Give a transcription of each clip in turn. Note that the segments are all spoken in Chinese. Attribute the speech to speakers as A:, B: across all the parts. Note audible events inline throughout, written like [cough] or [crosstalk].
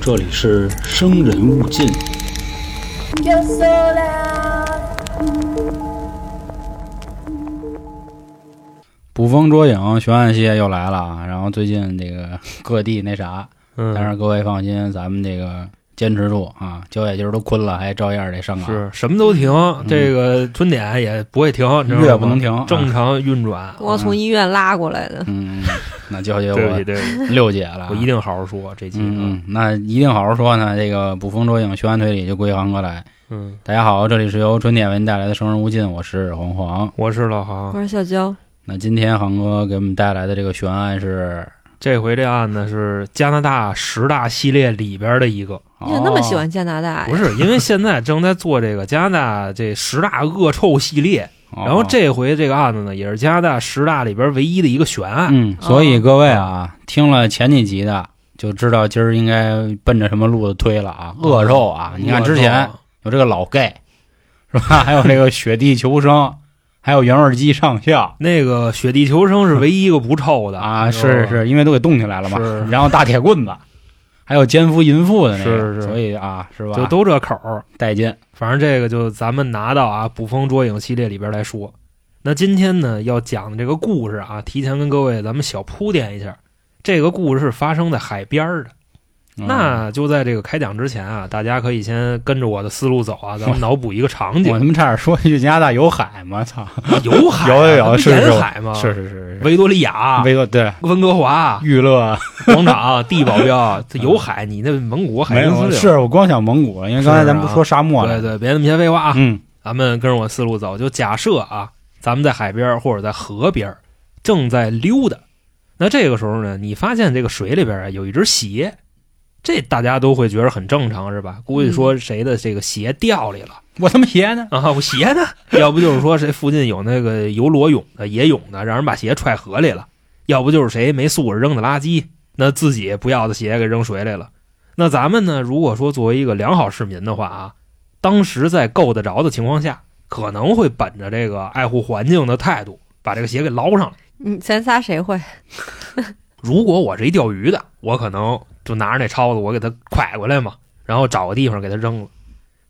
A: 这里是生人勿近。
B: Yo sola,
C: 捕风捉影，悬案系列又来了啊！然后最近这个 [laughs] 各地那啥，
D: 嗯，
C: 但是各位放心，咱们这个坚持住啊！交野今儿都困了，还照样得上岗，
D: 是什么都停，这个春点也不会停，知道吗
C: 月不能停，
D: 正常运转。
E: 我从医院拉过来
D: 哦
E: 的。
C: 嗯，嗯那交姐
D: 对不起，
C: 我 [laughs]
D: 对不起，
C: 六姐了啊，
D: 我一定好好说这期。
C: 嗯，嗯，那一定好好说呢。这个捕风捉影，悬案推理就归航哥来。
D: 嗯，
C: 大家好，这里是由春点为您带来的《生人勿近》，我是黄黄。
D: 我是老航
E: 我，说小娇，
C: 那今天航哥给我们带来的这个悬案是，
D: 这回这案子是加拿大十大系列里边的一个，
E: 你咋那
D: 哦
E: 么喜欢加拿大
D: 不
E: 呀？
D: 是因为现在正在做这个加拿大这十大恶臭系列，
C: 哦？
D: 然后这回这个案子呢，也是加拿大十大里边唯一的一个悬案。
C: 嗯，所以各位啊，听了前几集的，就知道今儿应该奔着什么路子推了啊，
D: 哦
C: 恶臭啊！你看之前有这个老 gay，是吧？还有这个雪地求生，还有原味鸡上校
D: 那个《雪地求生》是唯一一个不臭的
C: 啊，
D: 你知道
C: 是
D: 吧
C: 是，因为都给冻起来了嘛
D: 哦是。
C: 然后大铁棍子，还有奸夫淫妇的那个，
D: 是是
C: 所以啊，是吧？
D: 就都这口儿。
C: 带劲。
D: 反正这个就咱们拿到啊《捕风捉影》系列里边来说。那今天呢要讲的这个故事啊，提前跟各位咱们小铺垫一下，这个故事是发生在海边儿的。
C: 嗯
D: 那就在这个开讲之前啊，大家可以先跟着我的思路走啊，咱们脑补一个场
C: 我
D: 景
C: [laughs] 他，妈差点说一句加拿大有海吗？操！
D: 有海啊，
C: 有有有
D: 咱们
C: 是是
D: 沿海嘛，
C: 是是是是，
D: 维多利亚、
C: 维多对
D: 温哥华
C: 娱乐 [laughs]
D: 广场、地保镖，这有海，你那蒙古海
C: 嗯没
D: 军司
C: 有，
D: 令
C: 是我光想蒙古了，因为刚才咱不说沙漠了
D: 啊对，对，别那么些废话啊，
C: 嗯，
D: 咱们跟着我思路走，就假设啊，咱们在海边儿或者在河边儿正在溜达，那这个时候呢，你发现这个水里边儿啊有一只鞋，这大家都会觉得很正常是吧？估计说谁的这个鞋掉里了、
C: 我他妈鞋呢？
D: 啊，我鞋呢？ [laughs] 要不就是说谁附近有那个游裸泳的、野泳的，让人把鞋踹河里了；要不就是谁没素质扔的垃圾，那自己不要的鞋给扔水里了。那咱们呢，如果说作为一个良好市民的话啊，当时在够得着的情况下，可能会本着这个爱护环境的态度，把这个鞋给捞上来。
E: 你咱仨谁会？
D: 如果我是一钓鱼的，我可能就拿着那抄子，我给它蒯过来嘛，然后找个地方给它扔了。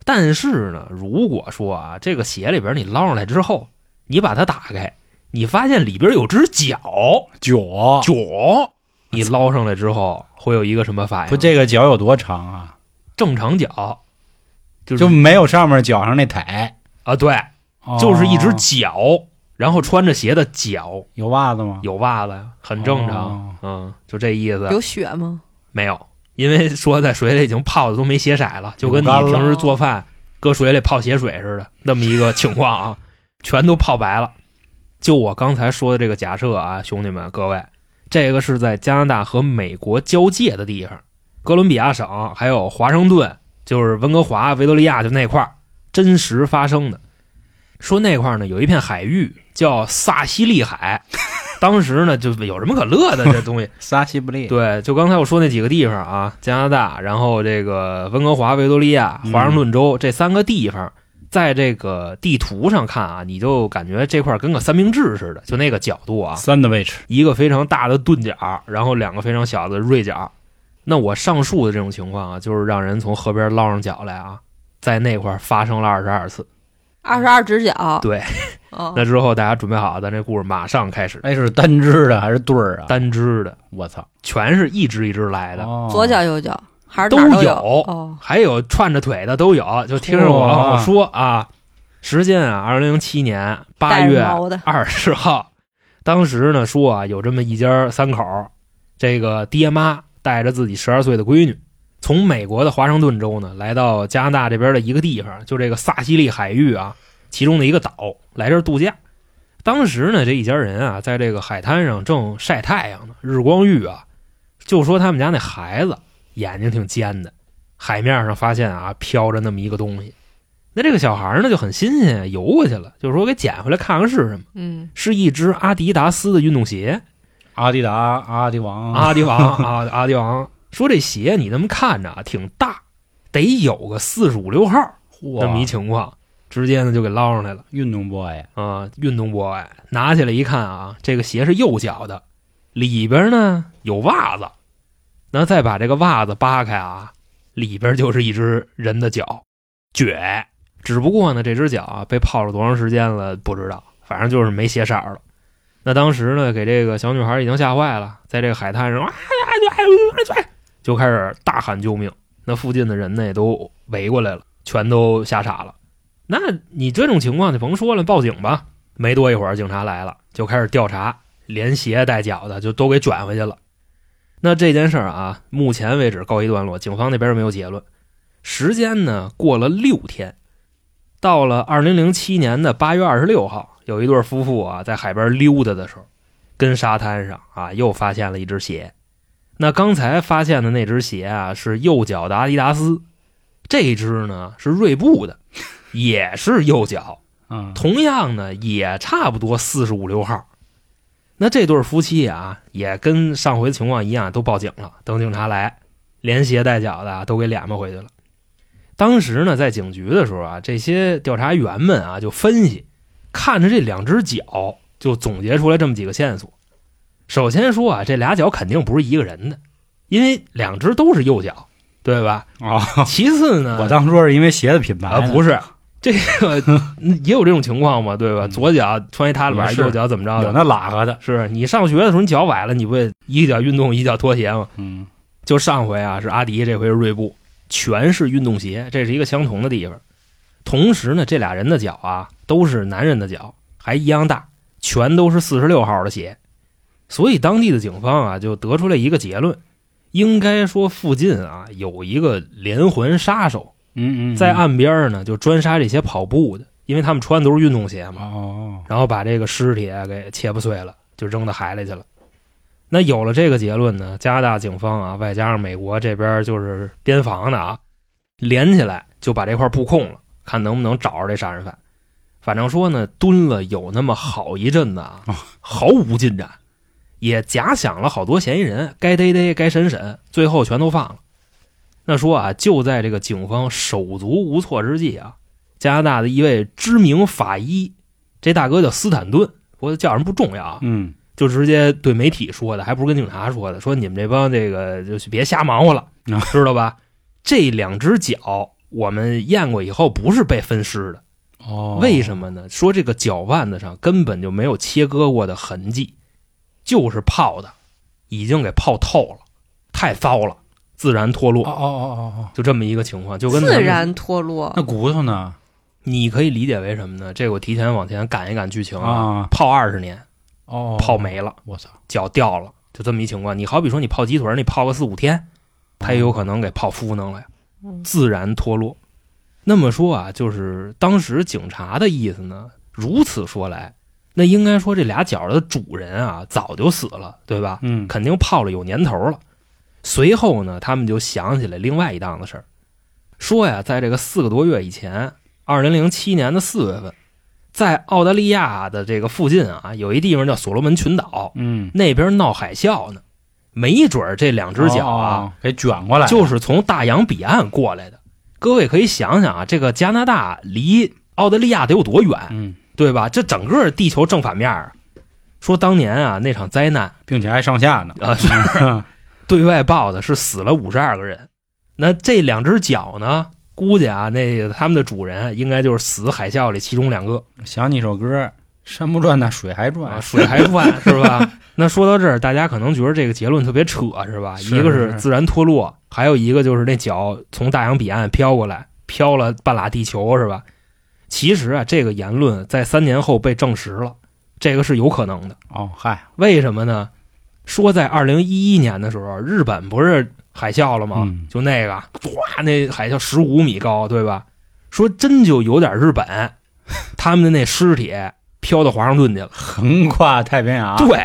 D: 但是呢，如果说啊，这个鞋里边你捞上来之后，你把它打开，你发现里边有只脚，
C: 脚
D: 脚，你捞上来之后会有一个什么反应？
C: 不，这个脚有多长啊？
D: 正常脚，就是
C: 就没有上面脚上那台，
D: 啊，对，就是一只
C: 哦
D: 脚，然后穿着鞋的脚，
C: 有袜子吗？
D: 有袜子呀，很正常。嗯，就这意思。
E: 有雪吗？
D: 没有，因为说在水里已经泡的都没血色了，就跟你
C: 拧干了
D: 平时做饭搁水里泡血水似的，那么一个情况啊，全都泡白了。就我刚才说的这个假设啊，兄弟们各位，这个是在加拿大和美国交界的地方，哥伦比亚省还有华盛顿，就是温哥华、维多利亚就那块儿真实发生的。说那块儿呢有一片海域叫萨西利海，当时呢就有什么可乐的这东西，
C: 撒西不利，
D: 对，就刚才我说那几个地方啊，加拿大，然后这个温哥华、维多利亚、
C: 嗯
D: 华盛顿州、这三个地方，在这个地图上看啊，你就感觉这块儿跟个三明治似的，就那个角度啊，
C: 三的位置，
D: 一个非常大的钝角，然后两个非常小的锐角。那我上述的这种情况啊，就是让人从河边捞上脚来啊，在那块儿发生了二十二次。
E: 二十二只脚。
D: 对，
E: 哦，
D: 那之后大家准备好，咱这故事马上开始，
C: 哎，是单只的还是对儿啊？
D: 单只的，
C: 我操，
D: 全是一只一只来的。
C: 哦
E: 左脚右脚还是哪儿
D: 都
E: 都
D: 有
E: 哦，
D: 还有串着腿的都有，就听着
C: 哇
D: 我往后说啊。时间啊，二零零七年八
E: 带着
D: 月
E: 毛的
D: 二十号，当时呢说啊，有这么一家三口儿，这个爹妈带着自己十二岁的闺女，从美国的华盛顿州呢来到加拿大这边的一个地方，就这个萨西利海域啊，其中的一个岛，来这儿度假。当时呢，这一家人啊，在这个海滩上正晒太阳呢，日光浴啊，就说他们家那孩子眼睛挺尖的，海面上发现啊飘着那么一个东西，那这个小孩呢就很新鲜，游过去了，就是说给捡回来看看是什么，
E: 嗯，
D: 是一只阿迪达斯的运动鞋，
C: 阿迪达阿迪王，
D: 阿迪王啊阿迪王，说这鞋你那么看着啊挺大，得有个四十五六号
C: 嚯
D: 那么一情况，直接呢就给捞上来了。
C: 运动 boy，
D: 啊、运动 boy 拿起来一看啊，这个鞋是右脚的，里边呢有袜子，那再把这个袜子扒开啊，里边就是一只人的脚，撅。只不过呢，这只脚啊被泡了多长时间了不知道，反正就是没血色儿了。那当时呢，给这个小女孩已经吓坏了，在这个海滩上啊呀就哎就开始大喊救命。那附近的人呢也都围过来了，全都吓傻了。那你这种情况就甭说了，报警吧。没多一会儿，警察来了，就开始调查，连鞋带脚的就都给卷回去了。那这件事儿啊，目前为止告一段落，警方那边没有结论。时间呢，过了六天，到了二零零七年的八月二十六号，有一对夫妇啊，在海边溜达的时候，跟沙滩上啊又发现了一只鞋。那刚才发现的那只鞋啊，是右脚的阿迪达斯，这只呢是锐步的，也是右脚。
C: 嗯，
D: 同样呢，也差不多四十五六号。那这对夫妻啊，也跟上回情况一样，都报警了。等警察来，连鞋带脚的啊都给敛吧回去了。当时呢，在警局的时候啊，这些调查员们啊就分析，看着这两只脚，就总结出来这么几个线索。首先说啊，这俩脚肯定不是一个人的，因为两只都是右脚，对吧？
C: 哦， [laughs]
D: 其次呢，
C: 我当初是因为鞋的品牌
D: 啊，
C: 呢 [laughs]
D: 不是，这个嗯也有这种情况嘛，对吧？左脚穿一踏
C: 也
D: 板，
C: 是
D: 右脚怎么着
C: 有
D: 的？
C: 那喇叭的，
D: 是你上学的时候，你脚崴了，你不也一脚运动，一脚拖鞋吗？
C: 嗯，
D: 就上回啊是阿迪，这回是锐步，全是运动鞋，这是一个相同的地方。同时呢，这俩人的脚啊都是男人的脚，还一样大，全都是四十六号的鞋。所以当地的警方啊就得出来一个结论，应该说附近啊有一个连环杀手，
C: 嗯嗯，
D: 在岸边儿呢就专杀这些跑步的，因为他们穿的都是运动鞋嘛，
C: 哦，
D: 然后把这个尸体啊给切不碎了，就扔到海里去了。那有了这个结论呢，加拿大警方啊，外加上美国这边儿就是边防的啊，连起来就把这块儿布控了，看能不能找着这杀人犯。反正说呢，蹲了有那么好一阵子啊
C: 哦，
D: 毫无进展，也假想了好多嫌疑人，该逮逮，该审审，最后全都放了。那说啊，就在这个警方手足无措之际啊，加拿大的一位知名法医，这大哥叫斯坦顿，不过叫什么不重要啊，
C: 嗯
D: 就直接对媒体说的，还不是跟警察说的，说你们这帮这个就是别瞎忙活了
C: 啊，
D: 知道吧？这两只脚我们验过以后不是被分尸的，
C: 哦，
D: 为什么呢？说这个脚腕子上根本就没有切割过的痕迹，就是泡的，已经给泡透了，太骚了，自然脱落。
C: 哦哦哦哦哦，
D: 就这么一个情况，就跟咱
E: 自
D: 们
E: 然脱落
C: 那，骨头呢？
D: 你可以理解为什么呢？这个我提前往前赶一赶剧情啊，
C: 啊，
D: 泡二十年，
C: 哦，
D: 泡，没了，
C: 我操，
D: 脚掉了，就这么一情况。你好比说你泡鸡腿，你泡个四五天，它也有可能给泡敷弄了呀，
E: 嗯
D: 自然脱落。那么说啊，就是当时警察的意思呢，如此说来，那应该说这俩脚的主人啊早就死了，对吧？
C: 嗯，
D: 肯定泡了有年头了。随后呢，他们就想起来另外一档子事儿，说呀，在这个四个多月以前，二零零七年的四月份，在澳大利亚的这个附近啊，有一地方叫所罗门群岛，
C: 嗯，
D: 那边闹海啸呢，没准儿这两只脚啊，
C: 哦，给卷过来，
D: 就是从大洋彼岸过来的。各位可以想想啊，这个加拿大离澳大利亚得有多远，
C: 嗯，
D: 对吧？这整个地球正反面儿。说当年啊，那场灾难
C: 并且还上下呢， [laughs]
D: 啊，对外报的是死了五十二个人。那这两只脚呢？估计啊，那个他们的主人啊应该就是死海啸里其中两个，
C: 想起一首歌，山不转那水还
D: 啊、
C: 转，[laughs]
D: 水还转是吧？那说到这儿，大家可能觉得这个结论特别扯，是吧？
C: 是
D: 一个
C: 是
D: 是自然脱落，还有一个就是那脚从大洋彼岸飘过来，飘了半拉地球，是吧？其实啊，这个言论在三年后被证实了，这个是有可能的。
C: 哦，嗨，
D: 为什么呢？说在二零一一年的时候，日本不是海啸了吗？
C: 嗯
D: 就那个，哇，那海啸十五米高，对吧？说真就有点日本，他们的那尸体飘到华盛顿去了，
C: 横跨太平洋， [laughs]
D: 对，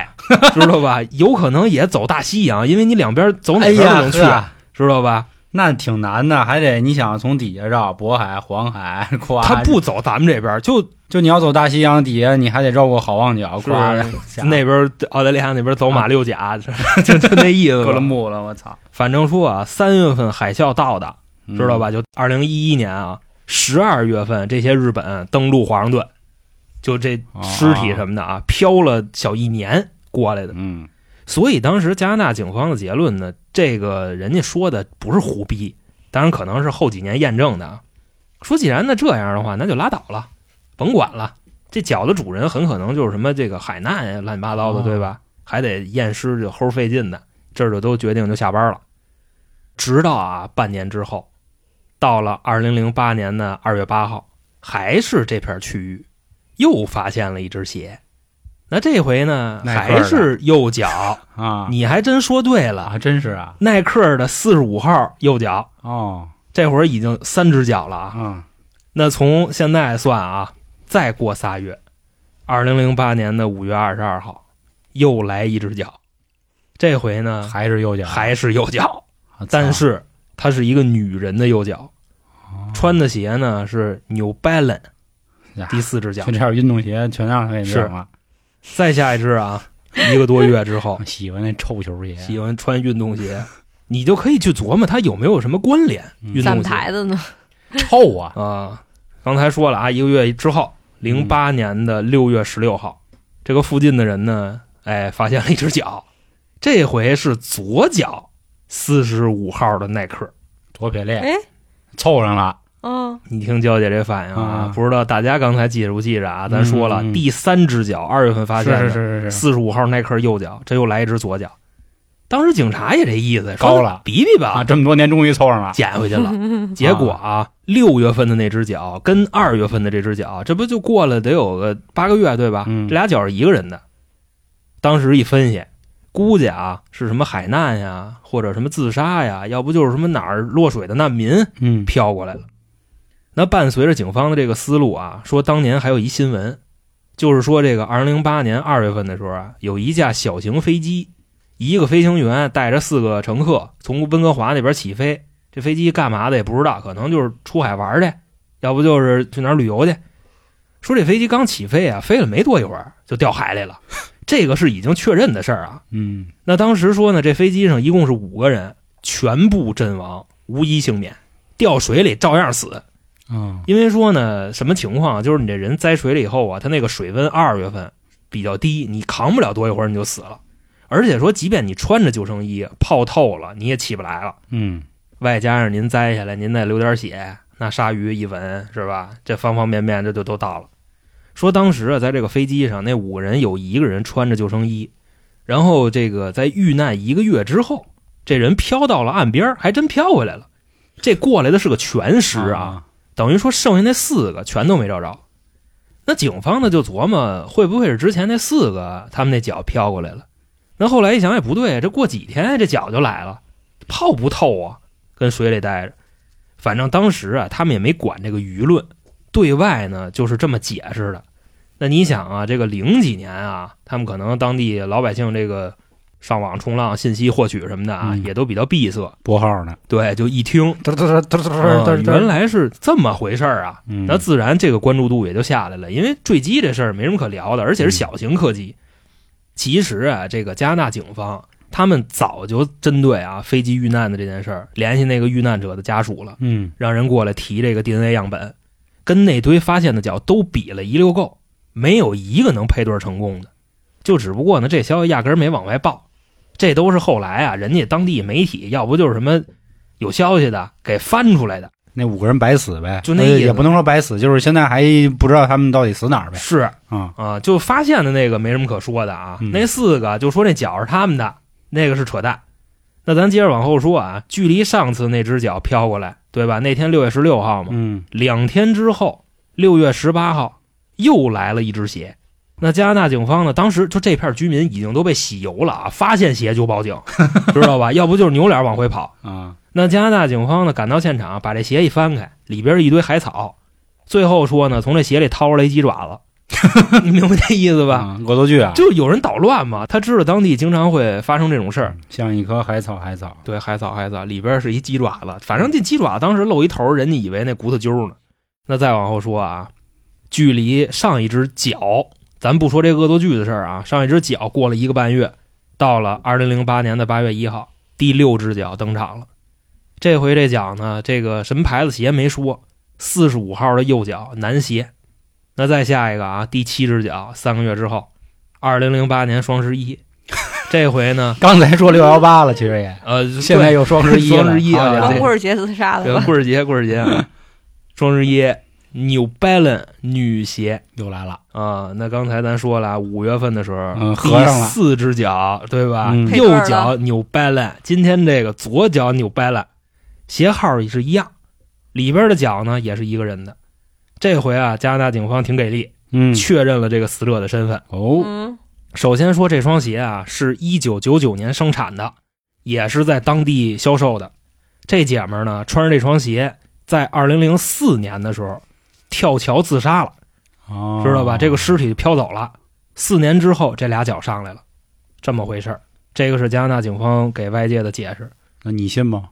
D: 知道吧？有可能也走大西洋，因为你两边走哪
C: 哎
D: 边
C: 呀
D: 都能去，啊
C: 呵
D: 知道吧？
C: 那挺难的，还得你想从底下绕渤海、黄海，跨
D: 他不走咱们这边，就
C: 就你要走大西洋底下，你还得绕过好望角，
D: 是啊
C: 跨
D: 那边澳大利亚那边走马六甲， [laughs] 就就那意思
C: 啊 [laughs] 哥伦
D: 吧。
C: 布了，我操，
D: 反正说啊，三月份海啸到的，
C: 嗯
D: 知道吧？就二零一一年啊，十二月份这些日本登陆华盛顿，就这
C: 哦
D: 尸体什么的啊，飘了小一年过来的。
C: 嗯？嗯，
D: 所以当时加拿大警方的结论呢，这个人家说的不是胡逼，当然可能是后几年验证的。啊。说既然呢这样的话，那就拉倒了，甭管了。这脚的主人很可能就是什么这个海难呀，乱七八糟的，
C: 哦
D: 对吧？还得验尸，就齁费劲的。这儿就都决定就下班了。直到啊半年之后，到了二零零八年的二月八号，还是这片区域又发现了一只鞋。那这回呢，
C: 耐克的
D: 还是右脚。
C: 啊，
D: 你还真说对了，
C: 啊，真是啊，
D: 耐克的四十五号右脚，
C: 哦，
D: 这会儿已经三只脚了啊。
C: 嗯，
D: 那从现在算啊，再过仨月，二零零八年的五月二十二号，又来一只脚，这回呢
C: 还是右脚，
D: 啊还是右脚，
C: 啊，
D: 但
C: 操
D: 是它是一个女人的右脚，穿的鞋呢是 New Balance
C: 哦呀
D: 第四只脚
C: 就。这样运动鞋全让他给扔了，
D: 再下一只啊，一个多月之后，
C: 喜欢那臭球鞋，
D: 喜欢穿运动鞋，你就可以去琢磨它有没有什么关联。
C: 嗯
D: 运
E: 攒
D: 动鞋
E: 牌子呢？
C: 臭啊，
D: 啊，刚才说了啊，一个月之后，零八年的六月十六号，这个附近的人呢，哎，发现了一只脚，这回是左脚四十五号的耐克。
C: 左撇
E: 哎
C: 列，凑上了，
E: 嗯，
D: 你听娇姐这反应啊
C: 啊，
D: 不知道大家刚才记不记着啊？咱说了，
C: 嗯嗯
D: 第三只脚二月份发现
C: 是
D: 的，
C: 是是是是，
D: 四十五号耐克右脚，这又来一只左脚。当时警察也这意思，
C: 高
D: 说
C: 了
D: 比比吧，
C: 啊，这么多年终于凑上了，
D: 捡回去了。结果啊，六月份的那只脚跟二月份的这只脚，这不就过了得有个八个月对吧？
C: 嗯
D: 这俩脚是一个人的。当时一分析，估计啊是什么海难呀，或者什么自杀呀，要不就是什么哪儿落水的难民
C: 嗯，
D: 飘过来了。那伴随着警方的这个思路啊，说当年还有一新闻，就是说这个二零零八年二月份的时候啊，有一架小型飞机，一个飞行员带着四个乘客从温哥华那边起飞。这飞机干嘛的也不知道，可能就是出海玩去，要不就是去哪儿旅游去。说这飞机刚起飞啊，飞了没多一会儿就掉海里了，这个是已经确认的事儿啊。
C: 嗯，
D: 那当时说呢，这飞机上一共是五个人，全部阵亡，无一幸免，掉水里照样死。
C: 嗯，
D: 因为说呢，什么情况啊？就是你这人栽水里以后啊，它那个水温二月份比较低，你扛不了多一会儿你就死了。而且说，即便你穿着救生衣，泡透了你也起不来了。
C: 嗯，
D: 外加上您摘下来，您再流点血，那鲨鱼一闻是吧？这方方面面这就都到了。说当时啊，在这个飞机上，那五个人有一个人穿着救生衣，然后这个在遇难一个月之后，这人飘到了岸边儿，还真飘回来了。这过来的是个全尸啊，
C: 啊，
D: 等于说剩下那四个全都没找着。那警方呢就琢磨，会不会是之前那四个他们那脚飘过来了？那后来一想也不对，这过几天这脚就来了，泡不透啊，跟水里待着。反正当时啊，他们也没管这个舆论，对外呢就是这么解释的。那你想啊，这个零几年啊，他们可能当地老百姓这个上网冲浪、信息获取什么的啊，
C: 嗯
D: 也都比较闭塞。
C: 拨号呢，
D: 对，就一听，
C: 嘚嘚嘚嘚
D: 啊原来是这么回事儿啊，
C: 嗯
D: 那自然这个关注度也就下来了。因为坠机这事儿没什么可聊的，而且是小型客机。其实啊，这个加拿大警方他们早就针对啊飞机遇难的这件事儿，联系那个遇难者的家属了，
C: 嗯，
D: 让人过来提这个 DNA 样本，跟那堆发现的脚都比了一溜够，没有一个能配对成功的。就只不过呢，这消息压根儿没往外报，这都是后来啊，人家当地媒体要不就是什么有消息的给翻出来的。
C: 那五个人白死呗，
D: 就那
C: 呃
D: 意思
C: 也不能说白死，就是现在还不知道他们到底死哪儿呗，
D: 是
C: 啊，
D: 啊，就发现的那个没什么可说的啊，
C: 嗯
D: 那四个就说那脚是他们的，那个是扯淡。那咱接着往后说啊，距离上次那只脚飘过来，对吧？那天六月十六号嘛，
C: 嗯，
D: 两天之后，六月十八号又来了一只鞋。那加拿大警方呢，当时就这片居民已经都被洗油了啊，发现鞋就报警，知道吧？要不就是扭脸往回跑。
C: 啊，
D: 那加拿大警方呢赶到现场，把这鞋一翻开，里边是一堆海草。最后说呢，从这鞋里掏出来一鸡爪子， [laughs] 你明白这意思
C: 是
D: 吧？？
C: 恶作剧啊，
D: 就有人捣乱嘛，他知道当地经常会发生这种事儿。
C: 像一棵海草，海草，
D: 对，海草海草里边是一鸡爪子，反正这鸡爪当时露一头，人家以为那骨头揪呢。那再往后说啊，距离上一只脚，咱不说这恶作剧的事儿啊，上一只脚过了一个半月，到了二零零八年的八月一号，第六只脚登场了。这回这脚呢，这个什么牌子鞋没说，四十五号的右脚男鞋。那再下一个啊，第七只脚，三个月之后，二零零八年双十一，这回呢，
C: 刚才说六幺八了，其实也
D: 呃，
C: 现在又双十一了，
D: 双十一啊
C: 好家
E: 光
D: 这
C: 伙
E: 棍儿节自杀
D: 对
E: 了吧？
D: 棍儿节，棍儿节啊，双十一 New Balance 女鞋
C: 又来了，
D: 啊、那刚才咱说了啊，五月份的时候，
C: 嗯合上了
D: 第四只脚对吧？
C: 嗯
E: 配对
D: 右
E: 儿
D: 脚 New Balance，今天这个左脚 New Balance，鞋号也是一样，里边的脚呢也是一个人的。这回啊，加拿大警方挺给力，
C: 嗯，
D: 确认了这个死者的身份。
C: 哦，
E: 嗯，
D: 首先说这双鞋啊，是一九九九年生产的，也是在当地销售的。这姐们儿呢，穿着这双鞋，在二零零四年的时候跳桥自杀了，
C: 哦
D: 知道吧？这个尸体飘走了。四年之后，这俩脚上来了，这么回事儿。这个是加拿大警方给外界的解释，
C: 那你信吗？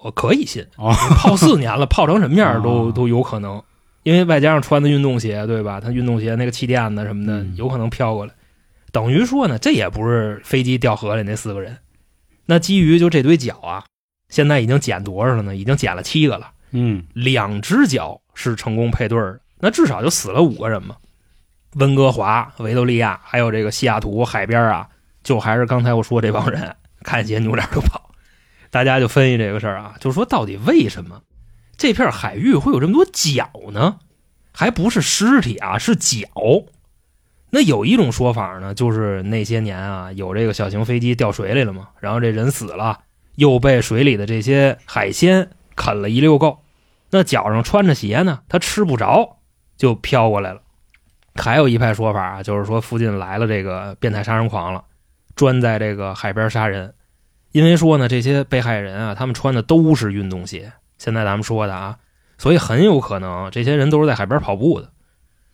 D: 我可以信。
C: 哦
D: 泡四年了，泡成什么样儿都
C: 哦
D: 都有可能，因为外加上穿的运动鞋，对吧？他运动鞋那个气垫子什么的
C: 嗯，
D: 有可能飘过来。等于说呢，这也不是飞机掉河里那四个人。那基于就这堆脚啊，现在已经捡多少了呢？已经捡了七个了，
C: 嗯，
D: 两只脚是成功配对儿的，那至少就死了五个人嘛。温哥华、维多利亚还有这个西雅图海边儿啊，就还是刚才我说这帮人 [laughs] 看鞋扭脸就跑。大家就分析这个事儿啊，就说到底为什么这片海域会有这么多脚呢？还不是尸体啊，是脚。那有一种说法呢，就是那些年啊，有这个小型飞机掉水里了嘛，然后这人死了，又被水里的这些海鲜啃了一溜够，那脚上穿着鞋呢，他吃不着，就飘过来了。还有一派说法啊，就是说附近来了这个变态杀人狂了，专在这个海边杀人。因为说呢，这些被害人啊，他们穿的都是运动鞋，现在咱们说的啊，所以很有可能这些人都是在海边跑步的。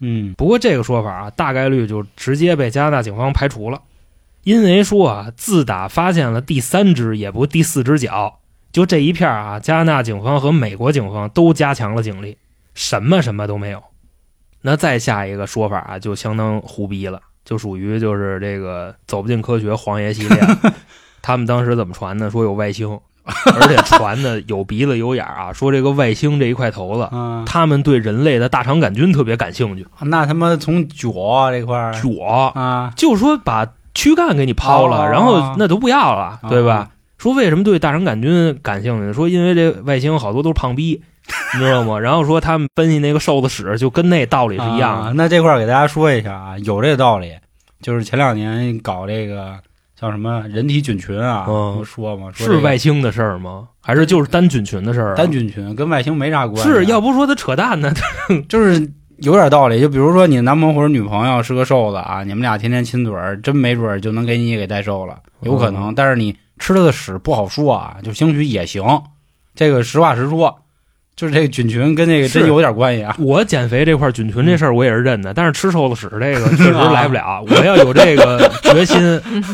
C: 嗯，
D: 不过这个说法啊，大概率就直接被加拿大警方排除了，因为说啊，自打发现了第三只也不第四只脚，就这一片儿啊，加拿大警方和美国警方都加强了警力，什么什么都没有。那再下一个说法啊，就相当胡逼了，就属于就是这个走不进科学黄爷系列了。他们当时怎么传呢？说有外星，而且传的有鼻子有眼儿啊，说这个外星这一块
C: [laughs]
D: 头子
C: 啊，
D: 他们对人类的大肠杆菌特别感兴趣，
C: 那他妈从脚这块儿
D: 脚
C: 啊，
D: 就说把躯干给你抛了，
C: 哦
D: 然后那都不要了，
C: 哦
D: 对吧？说为什么对大肠杆菌感兴趣？说因为这外星好多都是
C: [laughs]
D: 胖逼，你知道吗？然后说他们分析那个瘦子屎就跟那道理是一样
C: 啊
D: 的。
C: 那这块儿给大家说一下啊，有这个道理，就是前两年搞这个叫什么人体菌群啊，
D: 嗯
C: 不说嘛，说这
D: 是
C: 个
D: 外星的事儿吗？还是就是单菌群的事儿啊？
C: 单菌群跟外星没啥关系啊，
D: 是要不说他扯淡呢？ [laughs]
C: 就是有点道理。就比如说你男朋友或者女朋友是个瘦子啊，你们俩天天亲嘴儿，真没准儿就能给你也给带瘦了，
D: 嗯
C: 有可能。但是你吃他的屎不好说啊，就兴许也行。这个实话实说，就是这个菌群跟这个真
D: 是
C: 有点关系啊。
D: 我减肥这块菌群这事儿我也是认的，但是吃瘦子屎
C: [laughs]
D: 这个确实来不
C: 啊
D: 了。我要有这个决心，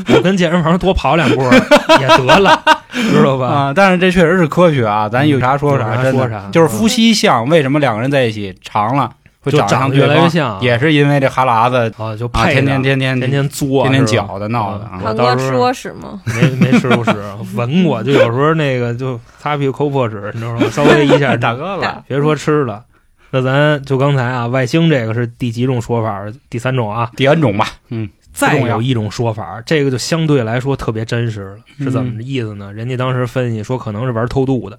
D: 我跟健身房多跑两步
C: [laughs]
D: 儿也得了，知道吧？嗯
C: 啊，但是这确实是科学啊，咱有啥说
D: 有
C: 啥，
D: 啥
C: 真的
D: 说啥
C: 就是夫妻相，为什么两个人在一起长了会
D: 就
C: 长
D: 长
C: 上
D: 得
C: 对
D: 越来越
C: 方？
D: 像，
C: 也是因为这哈喇子
D: 啊，就
C: 啊，
D: 配
C: 天天
D: 天
C: 天天
D: 天
C: 天
D: 天作，
C: 天
D: 是吧
C: 搅的闹的啊
D: 啊。
E: 韩
D: 到
E: 哥
D: 时候
E: 吃过屎吗？
D: 没没吃过屎，闻过，就有时候那个就擦屁股抠破屎，你知道吗？稍微一 [laughs] 下
C: 大哥了，
D: 别说吃了。那咱就刚才啊，外星这个是第几种说法？第三种啊，
C: 第 N 种吧，嗯，
D: 再
C: 重要
D: 有一种说法，这个就相对来说特别真实了，是怎么意思呢？人家当时分析说，可能是玩偷渡的。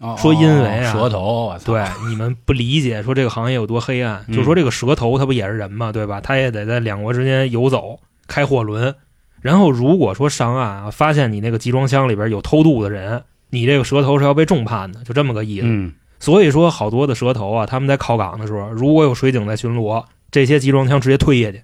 C: 哦
D: 说因为啊
C: 舌头，我操，嗯
D: 对，你们不理解说这个行业有多黑暗，就说这个蛇头它不也是人嘛，对吧？它也得在两国之间游走，开货轮。然后如果说上岸啊，发现你那个集装箱里边有偷渡的人，你这个蛇头是要被重判的，就这么个意思。
C: 嗯，
D: 所以说，好多的蛇头啊，他们在靠港的时候，如果有水警在巡逻，这些集装箱直接推下去，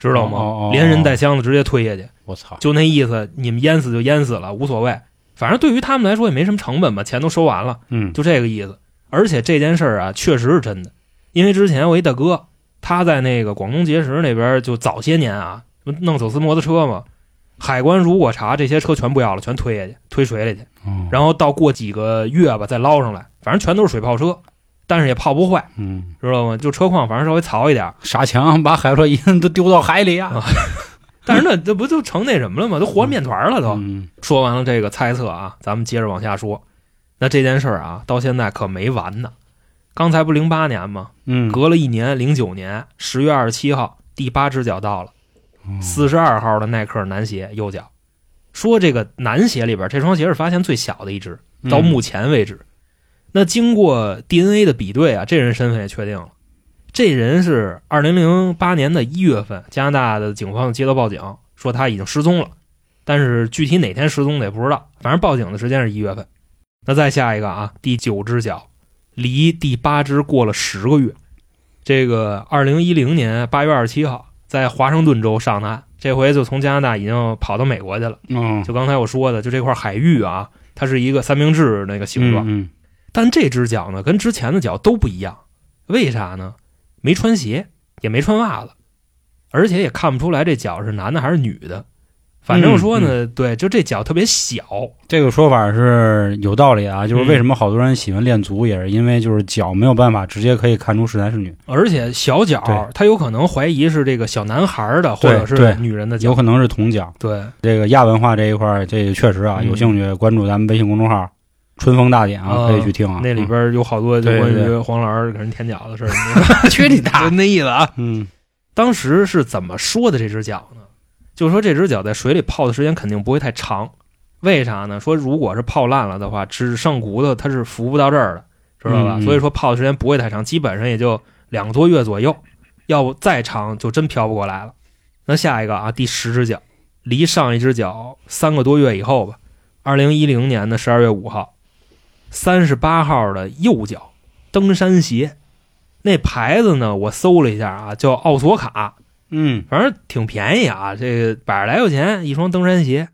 D: 知道吗？
C: 哦哦哦
D: 连人带箱子直接推下去。
C: 我操，
D: 就那意思，你们淹死就淹死了，无所谓，反正对于他们来说也没什么成本嘛，钱都收完了，
C: 嗯，
D: 就这个意思。而且这件事儿啊，确实是真的，因为之前我一大哥，他在那个广东碣石那边，就早些年啊，不弄走私摩托车嘛，海关如果查，这些车全不要了，全推下去，推水里去，
C: 哦
D: 然后到过几个月吧再捞上来，反正全都是水泡车，但是也泡不坏，
C: 嗯，
D: 知道吗？就车况反正稍微糙一点儿，
C: 傻强把海洛因都丢到海里啊，
D: 但是那这不就成那什么了吗？都和面团儿了都。
C: 嗯
D: 说完了这个猜测啊，咱们接着往下说。那这件事儿啊，到现在可没完呢。刚才不零八年吗？
C: 嗯，
D: 隔了一年，零九年
C: 嗯
D: 十月二十七号，第八只脚到了，四十二号的耐克男鞋右脚，说这个男鞋里边，这双鞋是发现最小的一只，到
C: 嗯
D: 目前为止。那经过 DNA 的比对啊，这人身份也确定了。这人是二零零八年的一月份，加拿大的警方接到报警，说他已经失踪了，但是具体哪天失踪的也不知道。反正报警的时间是一月份。那再下一个啊，第九只脚，离第八只过了十个月。这个二零一零年八月二十七号，在华盛顿州上的岸，这回就从加拿大已经跑到美国去了。
C: 嗯，
D: 就刚才我说的，就这块海域啊，它是一个三明治那个形状，
C: 嗯
D: 但这只脚呢跟之前的脚都不一样，为啥呢？没穿鞋，也没穿袜子，而且也看不出来这脚是男的还是女的。反
C: 嗯
D: 正说呢，对，就这脚特别小，
C: 这个说法是有道理的啊，就是为
D: 嗯
C: 什么好多人喜欢练足，也是因为就是脚没有办法直接可以看出是男是女，
D: 而且小脚
C: 对，
D: 他有可能怀疑是这个小男孩的或
C: 对
D: 者是
C: 对
D: 女人的
C: 有啊
D: 脚。
C: 可能是同脚。
D: 对，
C: 这个亚文化这一块儿，这个确实啊，
D: 嗯
C: 有兴趣关注咱们微信公众号“春风大典”
D: 啊
C: 啊，可以去听啊。
D: 那里边有好多就
C: 对
D: 关于
C: 对
D: 黄老师给人舔脚
C: [laughs]
D: 的事儿，
C: 去你大
D: [laughs] 就那意思啊！
C: 嗯，
D: 当时是怎么说的这只脚呢？就是说这只脚在水里泡的时间肯定不会太长，为啥呢？说如果是泡烂了的话，只剩骨头它是浮不到这儿的，知道吧？
C: 嗯嗯
D: 所以说泡的时间不会太长，基本上也就两个多月左右，要不再长就真飘不过来了。那下一个啊，第十只脚，离上一只脚三个多月以后吧，二零一零年的十二月五号，三十八号的右脚登山鞋，那牌子呢，我搜了一下啊，叫奥索卡，
C: 嗯
D: 反正挺便宜啊，这个百十来块钱一双登山鞋，